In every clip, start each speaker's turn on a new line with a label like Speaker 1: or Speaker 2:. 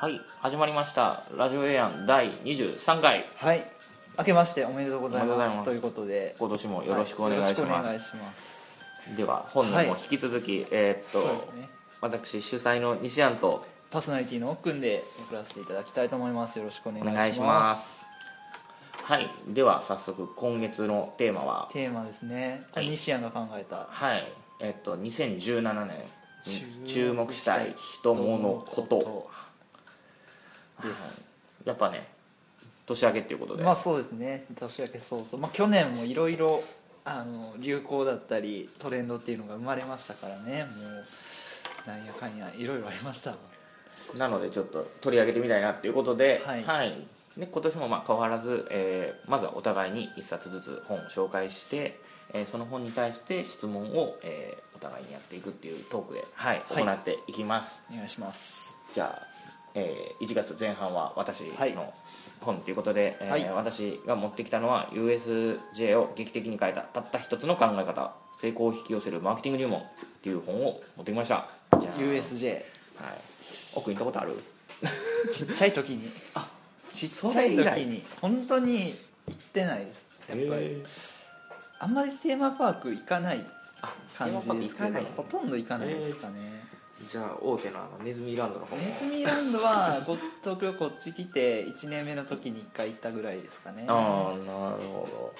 Speaker 1: はい始まりましたラジオエアン第23回
Speaker 2: はい明けましておめでとうござい
Speaker 1: おめ
Speaker 2: ま
Speaker 1: ですとうございます
Speaker 2: ということで
Speaker 1: 今年もよろしくお願いします,、
Speaker 2: はよろくお願いします
Speaker 1: では本年も引き続き、えーっと、
Speaker 2: そうですね
Speaker 1: 私主催の西安と
Speaker 2: パーソナリティの奥んで送らせていただきたいと思いますよろしくお願
Speaker 1: お
Speaker 2: いします
Speaker 1: 願いしますはいでは早速今月のテーマは
Speaker 2: テーマですね、
Speaker 1: はい
Speaker 2: 西山が考えた
Speaker 1: はいえーっと2017年に注
Speaker 2: 注
Speaker 1: 目
Speaker 2: 目
Speaker 1: し
Speaker 2: したた
Speaker 1: い
Speaker 2: い
Speaker 1: 人物こと
Speaker 2: です、
Speaker 1: やっぱね年明けっていうことで、
Speaker 2: まあそうですね年明け早々、まあ、去年もいろいろあの流行だったりトレンドっていうのが生まれましたからねもうなんやかんやいろいろありました
Speaker 1: なのでちょっと取り上げてみたいなっていうことで、
Speaker 2: はい
Speaker 1: ね、今年もまあ変わらず、えーまずはお互いに1冊ずつ本を紹介して、えーその本に対して質問を、えーお互いにやっていくっていうトークで、はい、
Speaker 2: はい
Speaker 1: 行っていきます、
Speaker 2: お願いします
Speaker 1: じゃあ、えー1月前半は私
Speaker 2: はい
Speaker 1: の本ということで、えー
Speaker 2: はい
Speaker 1: 私が持ってきたのは USJ を劇的に変えたたった一つの考え方成功を引き寄せるマーケティング入門っていう本を持ってきましたじゃあ
Speaker 2: USJ
Speaker 1: はい、奥に行ったことある
Speaker 2: ちっちゃい時にあちっちゃい
Speaker 1: それ以来
Speaker 2: 時に本当に行ってないですやっぱり、あんまりテーマパーク行かない感じですけ
Speaker 1: テーマパーク行かな
Speaker 2: ど
Speaker 1: い
Speaker 2: ほとんど行かないですかね、
Speaker 1: じゃあ大手のあのネズミランドの方も
Speaker 2: ネズミランドはごっとくこっち来て1年目の時に1回行ったぐらいですかね
Speaker 1: ああなるほ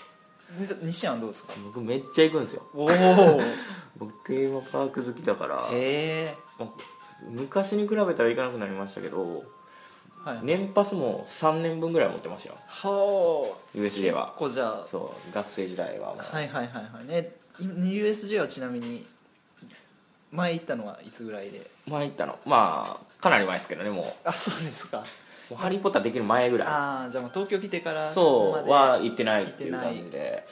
Speaker 2: に西山どうですか
Speaker 1: ど僕めっちゃ行くんですよ
Speaker 2: おお へ
Speaker 1: 僕テーマパーク好きだから
Speaker 2: え
Speaker 1: ま昔に比べたら行かなくなりましたけど
Speaker 2: はい、
Speaker 1: 年パスも3年分ぐらい持ってましたよ
Speaker 2: はお
Speaker 1: USJ は
Speaker 2: こうじゃあ
Speaker 1: そう学生時代はもう、
Speaker 2: はいはいはいはいねい USJ はちなみに前行ったのはいつぐらいで
Speaker 1: 前行ったのまあかなり前ですけどねもうも
Speaker 2: あそうですか
Speaker 1: うハリー・ポッター」できる前ぐら
Speaker 2: ああじゃあもう東京来てから
Speaker 1: い
Speaker 2: こ
Speaker 1: そ
Speaker 2: ま
Speaker 1: う
Speaker 2: で
Speaker 1: は行ってないっていう
Speaker 2: 行ってな
Speaker 1: 感
Speaker 2: い
Speaker 1: じで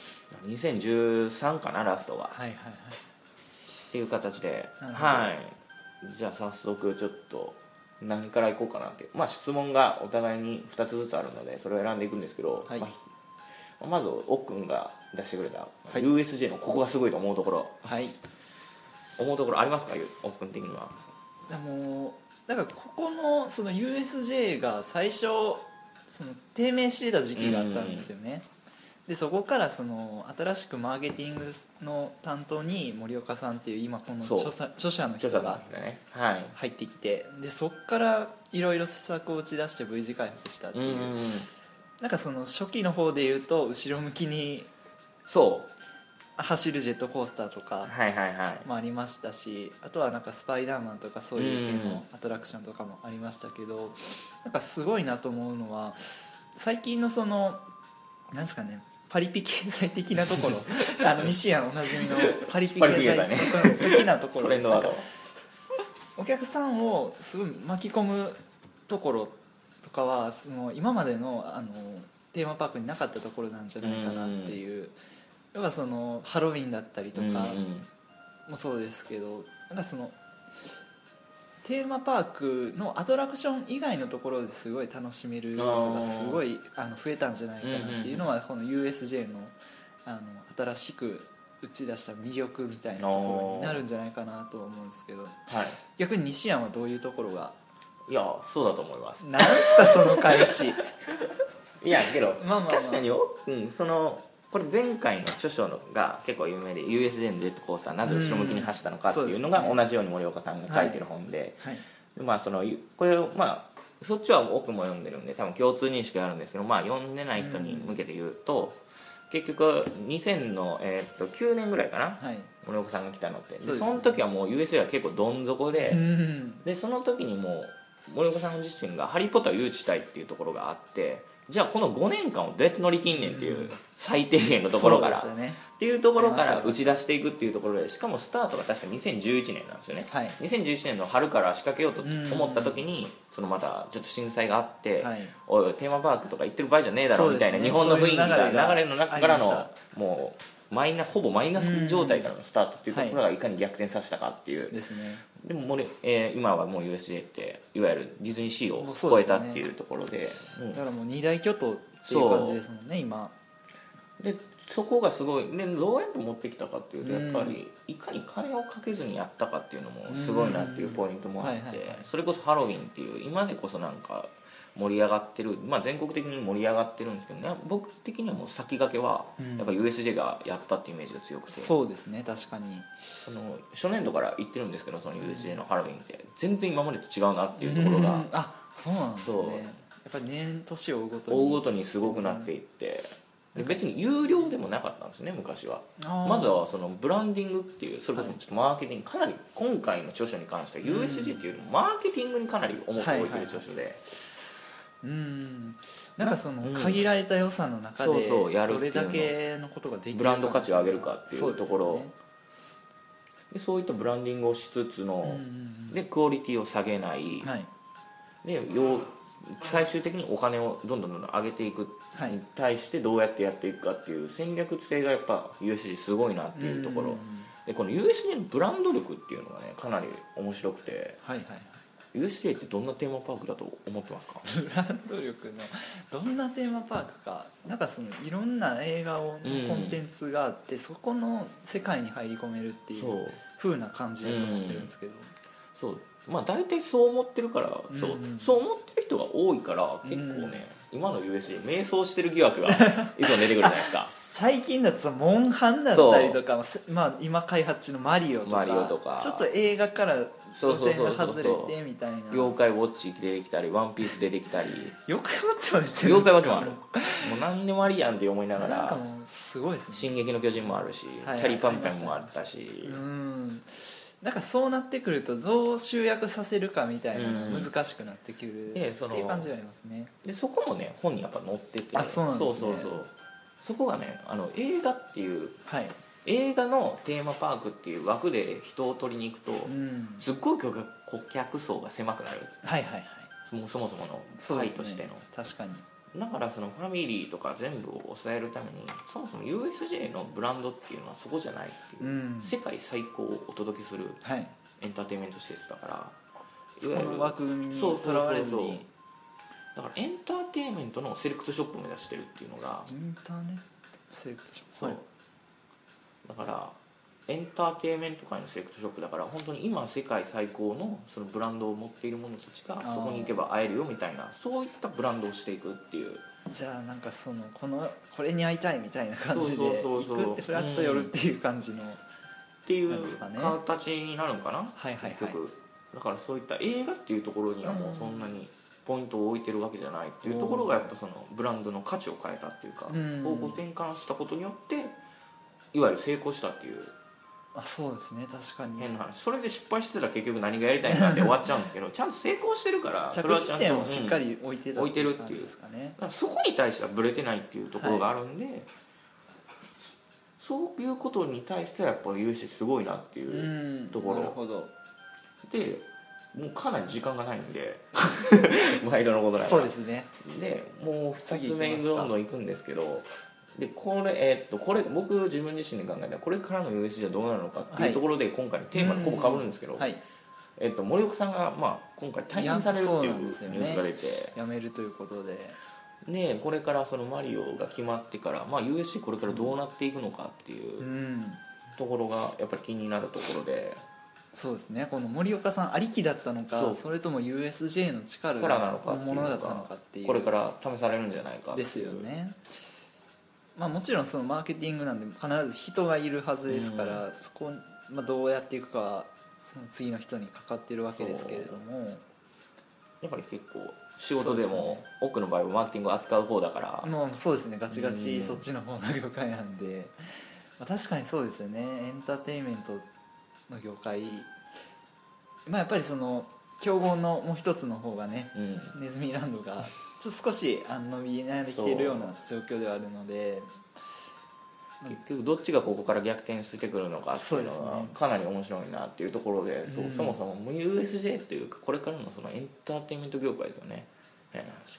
Speaker 1: 2013かなラストが
Speaker 2: はいはいはい
Speaker 1: っていう形で
Speaker 2: なるほど
Speaker 1: はいじゃあ早速ちょっと何からいこうかなっていうまあ質問がお互いに2つずつあるのでそれを選んでいくんですけど、
Speaker 2: はい
Speaker 1: まあひまず奥君が出してくれた、
Speaker 2: い
Speaker 1: USJ のここがすごいと思うところ
Speaker 2: はい
Speaker 1: 思うところありますか奥君的には
Speaker 2: でもだからここのその USJ が最初その低迷してた時期があったんですよねでそこからその新しくマーケティングの担当に森岡さんっていう今この
Speaker 1: そう
Speaker 2: 著者著者の
Speaker 1: 著
Speaker 2: 人
Speaker 1: 者
Speaker 2: が
Speaker 1: がねはい
Speaker 2: 入ってきてでそっからいろいろ施策を打ち出して V 字回復したって
Speaker 1: うん
Speaker 2: いう、
Speaker 1: うんうん
Speaker 2: なんかその初期の方で言うと後ろ向きに
Speaker 1: そう
Speaker 2: 走るジェットコースターとか
Speaker 1: はいはいはい
Speaker 2: もありましたしあとはなんかスパイダーマンとかそういう系
Speaker 1: うん
Speaker 2: のアトラクションとかもありましたけどなんかすごいなと思うのは最近のそのなんですかねパリピ経済的なとこ ろあの西安おなじみのパリピ経
Speaker 1: パリピ経済
Speaker 2: 済
Speaker 1: ね
Speaker 2: 的なとこ
Speaker 1: ト
Speaker 2: ろ
Speaker 1: レンドワード
Speaker 2: お客さんをすごい巻き込むところとかはその今までのあのテーマパークになかったところなんじゃないかなっていう要はそのハロウィンだったりとか
Speaker 1: うんうん
Speaker 2: もそうですけどなんかそのテーマパークのアトラクション以外のところですごい楽しめる要素がすごいあの増えたんじゃないかなっていうのはこの USJ のあの新しく打ち出した魅力みたいなところになるんじゃないかなと思うんですけど。
Speaker 1: はい
Speaker 2: 逆に西山はどういうところが
Speaker 1: いやそうだと思います
Speaker 2: なんす かその返し
Speaker 1: いやけど、
Speaker 2: まあまあまあ
Speaker 1: 確かによ、うん、そのこれ前回の著書のが結構有名で USJ のジェットコースターなぜ後ろ向きに走ったのかっていうのが
Speaker 2: うんそうで
Speaker 1: 同
Speaker 2: すね
Speaker 1: じように森岡さんが書いてる本で、
Speaker 2: はい
Speaker 1: まあそのこれをまあそっちは奥も読んでるんで多分共通認識があるんですけどまあ読んでない人に向けて言うと、結局2000の、えーっと9年ぐらいかな
Speaker 2: はい
Speaker 1: 森岡さんが来たのってで
Speaker 2: そうですね
Speaker 1: その時はもう USJ は結構どん底 で、
Speaker 2: うん
Speaker 1: でその時にもう森岡さん自身が「ハリー・ポッター」を誘致したいっていうところがあってじゃあこの5年間をどうやって乗り切んねんっていうう最低限のところから、
Speaker 2: そうですよね
Speaker 1: っていうところか
Speaker 2: あり
Speaker 1: ら
Speaker 2: ますよね
Speaker 1: 打ち出していくっていうところでしかもスタートが確か2011年なんですよね、
Speaker 2: はい
Speaker 1: 2011年の春から仕掛けようと思った時にそのまたちょっと震災があって、
Speaker 2: はい
Speaker 1: おいテーマパークとか行ってる場合じゃねえだろ
Speaker 2: そう
Speaker 1: み
Speaker 2: です
Speaker 1: た
Speaker 2: ね
Speaker 1: いな、日本の雰囲気
Speaker 2: そういう流
Speaker 1: が
Speaker 2: れが
Speaker 1: 流れの中から
Speaker 2: あり
Speaker 1: のもうマイナほぼマイナス状態からのスタートっていうところがいかに逆転させたかっていう、
Speaker 2: ですね
Speaker 1: でももうね、えー今はもう USJ っていわゆるディズニーシー
Speaker 2: も
Speaker 1: を
Speaker 2: うそう
Speaker 1: 超え
Speaker 2: です
Speaker 1: た
Speaker 2: ね
Speaker 1: っていうところで
Speaker 2: だからもう二大巨頭っていう感じですもんね今
Speaker 1: うんでそこがすごいでどうやって持ってきたかっていうとやっぱり、いかに金をかけずにやったかっていうのもすごいなっていうポイントもあって、
Speaker 2: うんはいはいはい
Speaker 1: それこそハロウィンっていう今でこそなんか盛り上がってる、まあ、全国的に盛り上がってるんですけどね僕的にはもう先駆けは
Speaker 2: うん
Speaker 1: やっぱ USJ がやったっていうイメージが強くて、
Speaker 2: そうですね確かに
Speaker 1: その初年度から行ってるんですけどその USJ のハロウィンって全然今までと違うなっていうところ
Speaker 2: う
Speaker 1: が
Speaker 2: んあそうなんですね
Speaker 1: そう
Speaker 2: やっぱり年年を追うごとに
Speaker 1: 大ごとにすごくなっていってで別に有料でもなかったんですね昔は。
Speaker 2: あー
Speaker 1: まずはそのブランディングっていうそれこそちょっとマーケティングかなり今回の著書に関しては USG っていうよりもマーケティングにかなり重きを置いてる著書で
Speaker 2: うんなんかその
Speaker 1: うん
Speaker 2: 限られた予算の中
Speaker 1: そう
Speaker 2: で
Speaker 1: そうやるっ
Speaker 2: ど
Speaker 1: てい
Speaker 2: れ
Speaker 1: うの
Speaker 2: だけのことができる
Speaker 1: ブランド価値を上げるかっていうところ
Speaker 2: そうですね
Speaker 1: でそういったブランディングをしつつの
Speaker 2: うん
Speaker 1: でクオリティを下げない
Speaker 2: うんはい
Speaker 1: でよう最終的にお金をどんどんどんどん上げていく
Speaker 2: はい
Speaker 1: に対してどうやってやっていくかっていう戦略性がやっぱ USG すごいなっていうとこ
Speaker 2: う
Speaker 1: ろ
Speaker 2: ん
Speaker 1: でこの USG のブランド力っていうのがねかなり面白くて
Speaker 2: はいはいはい
Speaker 1: USJ ってどんなテーマパークだと思ってますか
Speaker 2: ブランド力のどんなテーマパークかなんかそのいろんな映画を
Speaker 1: うん
Speaker 2: のコンテンツがあって、そこの世界に入り込めるってい
Speaker 1: そうう
Speaker 2: 風な感じだと思ってるんですけど、
Speaker 1: そうまあ大体そう思ってるから、そう
Speaker 2: うん
Speaker 1: そう思ってる人が多いから結構ね、今の USJ 迷走してる疑惑がいつも出てくるじゃないです か
Speaker 2: 最近だとそのモンハンだったりとか、せまあ、今開発中のマリオとか
Speaker 1: マリオとか
Speaker 2: ちょっと映画から
Speaker 1: そう
Speaker 2: 路
Speaker 1: そう
Speaker 2: 線
Speaker 1: そう
Speaker 2: が
Speaker 1: そう
Speaker 2: 外れてみたいな
Speaker 1: 妖怪ウォッチ出てきたりワンピース出てきたり
Speaker 2: よくウォッチも出てるん
Speaker 1: 妖
Speaker 2: です
Speaker 1: 怪ウォッチも
Speaker 2: か
Speaker 1: あるもう何でもありやんって思いなが
Speaker 2: なんからもうすごいです
Speaker 1: 「
Speaker 2: ね
Speaker 1: 進撃の巨人」もあるし「
Speaker 2: はい
Speaker 1: キャリーパンパン」もあったし
Speaker 2: うんなんかそうなってくるとどう集約させるかみたいなの
Speaker 1: う
Speaker 2: が
Speaker 1: ん
Speaker 2: 難しくなってくるってい
Speaker 1: で
Speaker 2: う
Speaker 1: その
Speaker 2: 感じがありますね
Speaker 1: でそこもね本にやっぱ載ってて
Speaker 2: あそうなんですね
Speaker 1: そうそうそうそこがねあの映画っていう
Speaker 2: はい、
Speaker 1: 映画のテーマパークっていう枠で人を取りに行くと、
Speaker 2: うん、
Speaker 1: すっごい顧客層が狭くなる
Speaker 2: はいはいはい
Speaker 1: もうそもそもの
Speaker 2: そう
Speaker 1: 会
Speaker 2: です
Speaker 1: として
Speaker 2: ね
Speaker 1: の、
Speaker 2: 確かに
Speaker 1: だからそのファミリーとか全部を抑えるためにそもそも USJ のブランドっていうのはそこじゃないっていう、
Speaker 2: うん
Speaker 1: 世界最高をお届けする
Speaker 2: はい
Speaker 1: エンターテインメント施設だから
Speaker 2: そこの枠組みに
Speaker 1: そうそうそうそう
Speaker 2: とらわれずに
Speaker 1: だからエンターテインメントのセレクトショップを目指してるっていうのが
Speaker 2: インターネットセレクトショップ
Speaker 1: そう、だからエンターテインメント界のセレクトショップだから本当に今世界最高のそのブランドを持っている者たちが
Speaker 2: ー
Speaker 1: そこに行けば会えるよみたいなそういったブランドをしていくっていう
Speaker 2: じゃあなんかそのこのこれに会いたいみたいな感じで
Speaker 1: そうそうそうそう
Speaker 2: 行くってフラッと寄るっていう感じの、
Speaker 1: ってい
Speaker 2: なん
Speaker 1: う
Speaker 2: ですかね
Speaker 1: 形になるのかな
Speaker 2: はいはい
Speaker 1: 結局だからそういった映画っていうところにはもうそんなにポイントを置いてるわけじゃないっていうところがやっぱそのブランドの価値を変えたっていうか
Speaker 2: うん
Speaker 1: 方向転換したことによっていわゆる成功したっていう
Speaker 2: あそうですね確かに
Speaker 1: 変な話それで失敗してたら結局何がやりたいんだって終わっちゃうんですけ どちゃんと成功してるからそれ
Speaker 2: 着
Speaker 1: はちゃ
Speaker 2: 地
Speaker 1: んと
Speaker 2: 点をしっか
Speaker 1: うん
Speaker 2: り置いてた
Speaker 1: 置いてるっていう
Speaker 2: 感じですかね
Speaker 1: だからそこに対してはブレてないっていうところがあるんで、そそういうことに対してはやっぱ USC すごいなっていうう、
Speaker 2: ん
Speaker 1: ところ
Speaker 2: なるほど
Speaker 1: でもうかなり時間がないん で毎度のことなん
Speaker 2: そうですね
Speaker 1: でもう2つ
Speaker 2: 次行き
Speaker 1: 目
Speaker 2: ますか
Speaker 1: どんどん行くんですけどでこれ,、えーっとこれ僕自分自身で考えたらこれからの USJ はどうなるのかっていうところで今回のテーマにほぼかぶるんですけど、
Speaker 2: はい
Speaker 1: えっと、森岡さんが、まあ、今回退任されるっていうニ
Speaker 2: いやそうなん
Speaker 1: ュ
Speaker 2: ですよね
Speaker 1: ースが出て
Speaker 2: やめるということで
Speaker 1: で,、これからそのマリオが決まってから、まあ、USC これからどうなっていくのかっていううんところがやっぱり気になるところで
Speaker 2: そうですねこの森岡さんありきだったの
Speaker 1: そ
Speaker 2: か
Speaker 1: う
Speaker 2: それとも USJ の力
Speaker 1: からなのか
Speaker 2: のものだったのかっていう
Speaker 1: これから試されるんじゃないかっていう
Speaker 2: ですよねまあもちろんそのマーケティングなんで必ず人がいるはずですから、そこを、まあ、どうやっていくかはその次の人にかかってるわけですけれども
Speaker 1: やっぱり結構仕事で
Speaker 2: そうです
Speaker 1: も
Speaker 2: ね
Speaker 1: 多くの場合はマーケティングを扱う方だから
Speaker 2: もうそうですねガチガ
Speaker 1: うん
Speaker 2: チそっちの方の業界なんで、まあ、確かにそうですよねエンターテインメントの業界まあやっぱりその競合のもう一つの方がね
Speaker 1: うん
Speaker 2: ネズミランド がちょっと少しあの伸び悩んできているような状況ではあるので
Speaker 1: 結局どっちがここから逆転してくるのかっていうの
Speaker 2: そう
Speaker 1: は
Speaker 2: ですね
Speaker 1: かなり面白いなっていうところでそう
Speaker 2: うん
Speaker 1: そもそももう USJ というかこれからのそのエンターテインメント業界ですよね変な話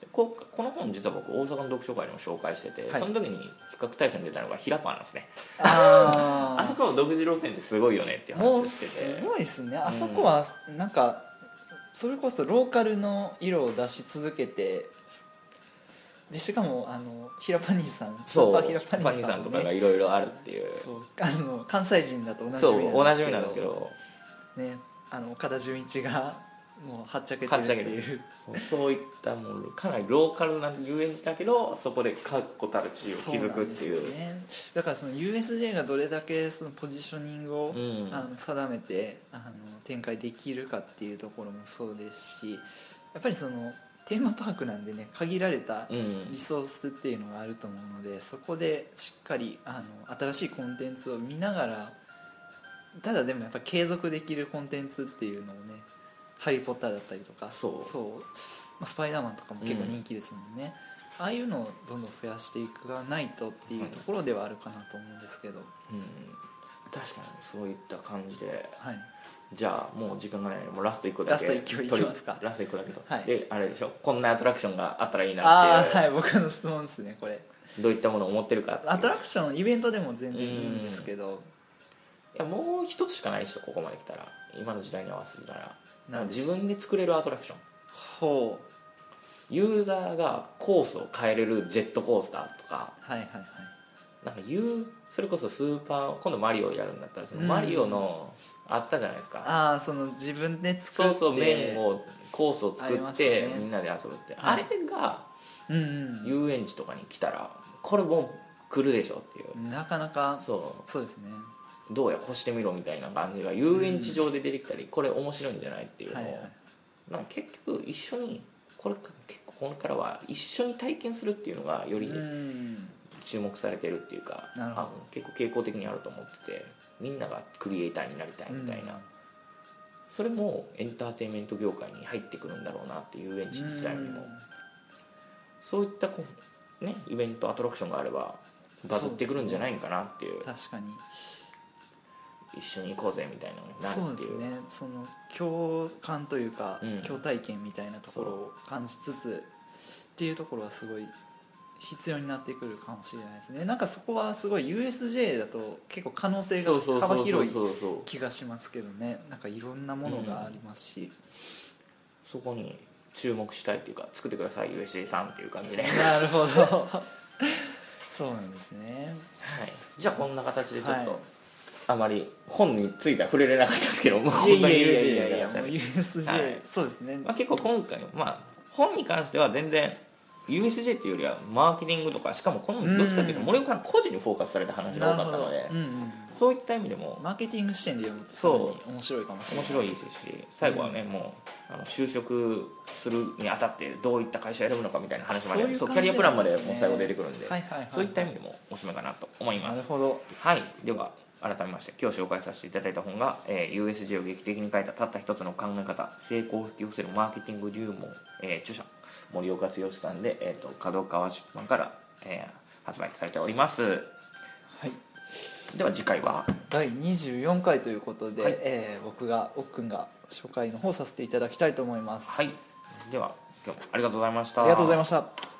Speaker 1: でここの本実は僕大阪の読書会でも紹介してて、
Speaker 2: はい
Speaker 1: その時に比較対象に出たのが平川なんですね
Speaker 2: あ
Speaker 1: あそこの独自路線ってすごいよねっていう話
Speaker 2: も
Speaker 1: を
Speaker 2: う
Speaker 1: して
Speaker 2: す
Speaker 1: て
Speaker 2: ごいですねあそこはなんかそれこそローカルの色を出し続けてでしかもあのヒラパニーさんス
Speaker 1: そう
Speaker 2: ーパ
Speaker 1: パ
Speaker 2: ーヒラパニ
Speaker 1: ニ
Speaker 2: ー
Speaker 1: ー
Speaker 2: さ
Speaker 1: さ
Speaker 2: ん
Speaker 1: んと
Speaker 2: もね
Speaker 1: かがいろいろあるっていう
Speaker 2: そうあの関西人だとおなじ
Speaker 1: そう
Speaker 2: み
Speaker 1: お
Speaker 2: な
Speaker 1: なんじ
Speaker 2: で
Speaker 1: みなんですす
Speaker 2: け
Speaker 1: け
Speaker 2: ど
Speaker 1: ど
Speaker 2: ねあの岡田准一がもうはっちゃけて
Speaker 1: は
Speaker 2: る
Speaker 1: っち
Speaker 2: って
Speaker 1: ゃけてる
Speaker 2: いう
Speaker 1: そういったもうかなりローカルな遊園地だけどそこで確固たる地位を築くっていう
Speaker 2: そうなんですよねだからその USJ がどれだけそのポジショニングを、
Speaker 1: うん
Speaker 2: あの定めてあの展開できるかっていうところもそうですしやっぱりそのテーマパークなんでね限られた
Speaker 1: うん
Speaker 2: リソースっていうのがあると思うのでそこでしっかりあの新しいコンテンツを見ながらただでもやっぱ継続できるコンテンツっていうのをね「ハリー・ポッター」だったりとか
Speaker 1: そう
Speaker 2: まあ、スパイダーマンとかも結構人気ですもんね、ああいうのをどんどん増やしていくがないとっていうところではあるかなと思うんですけど、
Speaker 1: うん確かにそういった感じで
Speaker 2: はい、
Speaker 1: じゃあもう時間がないのでもうラスト1個だけ
Speaker 2: ラスト一個いきますか
Speaker 1: 取りラスト1個だけと、
Speaker 2: はい
Speaker 1: であれでしょこんなアトラクションがあったらいいな
Speaker 2: あ
Speaker 1: って
Speaker 2: あ
Speaker 1: いう
Speaker 2: はい僕の質問ですねこれ
Speaker 1: どういったものを持ってるかっていう
Speaker 2: アトラクションイベントでも全然いいんですけど、
Speaker 1: いやもう一つしかないでしょここまで来たら今の時代に合わせたら
Speaker 2: なんでし
Speaker 1: 自
Speaker 2: ょう
Speaker 1: 分で作れるアトラクション
Speaker 2: ほう
Speaker 1: ユーザーがコースを変えれるジェットコースターとか
Speaker 2: はいはいはい
Speaker 1: なんかユーそれこそスーパー今度マリオやるんだったらその
Speaker 2: うん
Speaker 1: マリオのあったじゃないですか、
Speaker 2: ああその自分で作
Speaker 1: そ
Speaker 2: って
Speaker 1: うそう面をコースを作
Speaker 2: ありま
Speaker 1: っ
Speaker 2: した
Speaker 1: て、
Speaker 2: ね
Speaker 1: みんなで遊ぶって、あ
Speaker 2: はい
Speaker 1: れが
Speaker 2: うんうん
Speaker 1: 遊園地とかに来たらこれもう来るでしょっていう、
Speaker 2: なかなか
Speaker 1: そ
Speaker 2: そうですね
Speaker 1: うどうやこしてみろみたいな感じが遊園地上で出てきたり、これ面白いんじゃないっていうの
Speaker 2: は
Speaker 1: を、
Speaker 2: いはい
Speaker 1: なんか結局一緒にこれ結構これからは一緒に体験するっていうのがより
Speaker 2: うん
Speaker 1: 注目されてるっていうか、
Speaker 2: なるほど
Speaker 1: あの結構傾向的にあると思っててみんながクリエイターになりたいみたいな、
Speaker 2: うん
Speaker 1: それもエンターテインメント業界に入ってくるんだろうなっていう遊園地自体にも、そういったこう、ね、イベントアトラクションがあればバズってくるんじゃないかなっていう
Speaker 2: 確かに
Speaker 1: 一緒に行こうぜみたいなのにな
Speaker 2: そう
Speaker 1: るって
Speaker 2: で
Speaker 1: い
Speaker 2: す
Speaker 1: う
Speaker 2: ねその共感というか、
Speaker 1: うん
Speaker 2: 共体験みたいなところを感じつつっていうところはすごい必要になってくるかもしれないですねなんかそこはすごい USJ だと結構可能性が
Speaker 1: そうそうそうそう
Speaker 2: 幅広い
Speaker 1: そうそうそう
Speaker 2: 気がしますけどねなんかいろんなものがあります し、
Speaker 1: そこに注目したいっていうか作ってください USJ さんっていう感じで
Speaker 2: なるほど そうなんです ね
Speaker 1: はい、じゃあこんな形でちょっと、
Speaker 2: はい
Speaker 1: あまり本については触れれなかったですけどもう
Speaker 2: い
Speaker 1: 本当に
Speaker 2: やいや
Speaker 1: USJ
Speaker 2: いや
Speaker 1: で
Speaker 2: い
Speaker 1: ご
Speaker 2: やい
Speaker 1: ざい
Speaker 2: や
Speaker 1: ました
Speaker 2: もう
Speaker 1: ね
Speaker 2: USJ、
Speaker 1: はい
Speaker 2: そうですね、
Speaker 1: まあ、結構今回、まあ、本に関しては全然 USJ っていうよりはマーケティングとかしかもこの
Speaker 2: うん
Speaker 1: どっちかっていうと森岡さん個人にフォーカスされた話が多かったので
Speaker 2: うんうん、
Speaker 1: そういった意味でも
Speaker 2: マーケティング視点で読むと
Speaker 1: そう
Speaker 2: そう面白いかもしれな
Speaker 1: 面
Speaker 2: い
Speaker 1: 白いですし最後はね、もうあの就職するにあたってどういった会社を選ぶのかみたいな話まで
Speaker 2: そういう
Speaker 1: そうキ
Speaker 2: 感
Speaker 1: ャ
Speaker 2: じ
Speaker 1: リアプランまで
Speaker 2: なんですね
Speaker 1: もう最後出てくるんで、
Speaker 2: はいはいはい
Speaker 1: そういった意味でもおすすめかなと思います
Speaker 2: なる。ほど
Speaker 1: はい、では改めまして今日紹介させていただいた本が、えー USJ を劇的に変えたたった一つの考え方成功を引き寄せるマーケティング入門、えー著者森岡剛さんで、えー、と角川出版から、えー発売されております
Speaker 2: はい
Speaker 1: では次回は
Speaker 2: 第24回ということで、
Speaker 1: はい
Speaker 2: えー僕が奥くんが紹介の方させていただきたいと思います、
Speaker 1: はいでは今日もありがとうございました
Speaker 2: ありがとうございました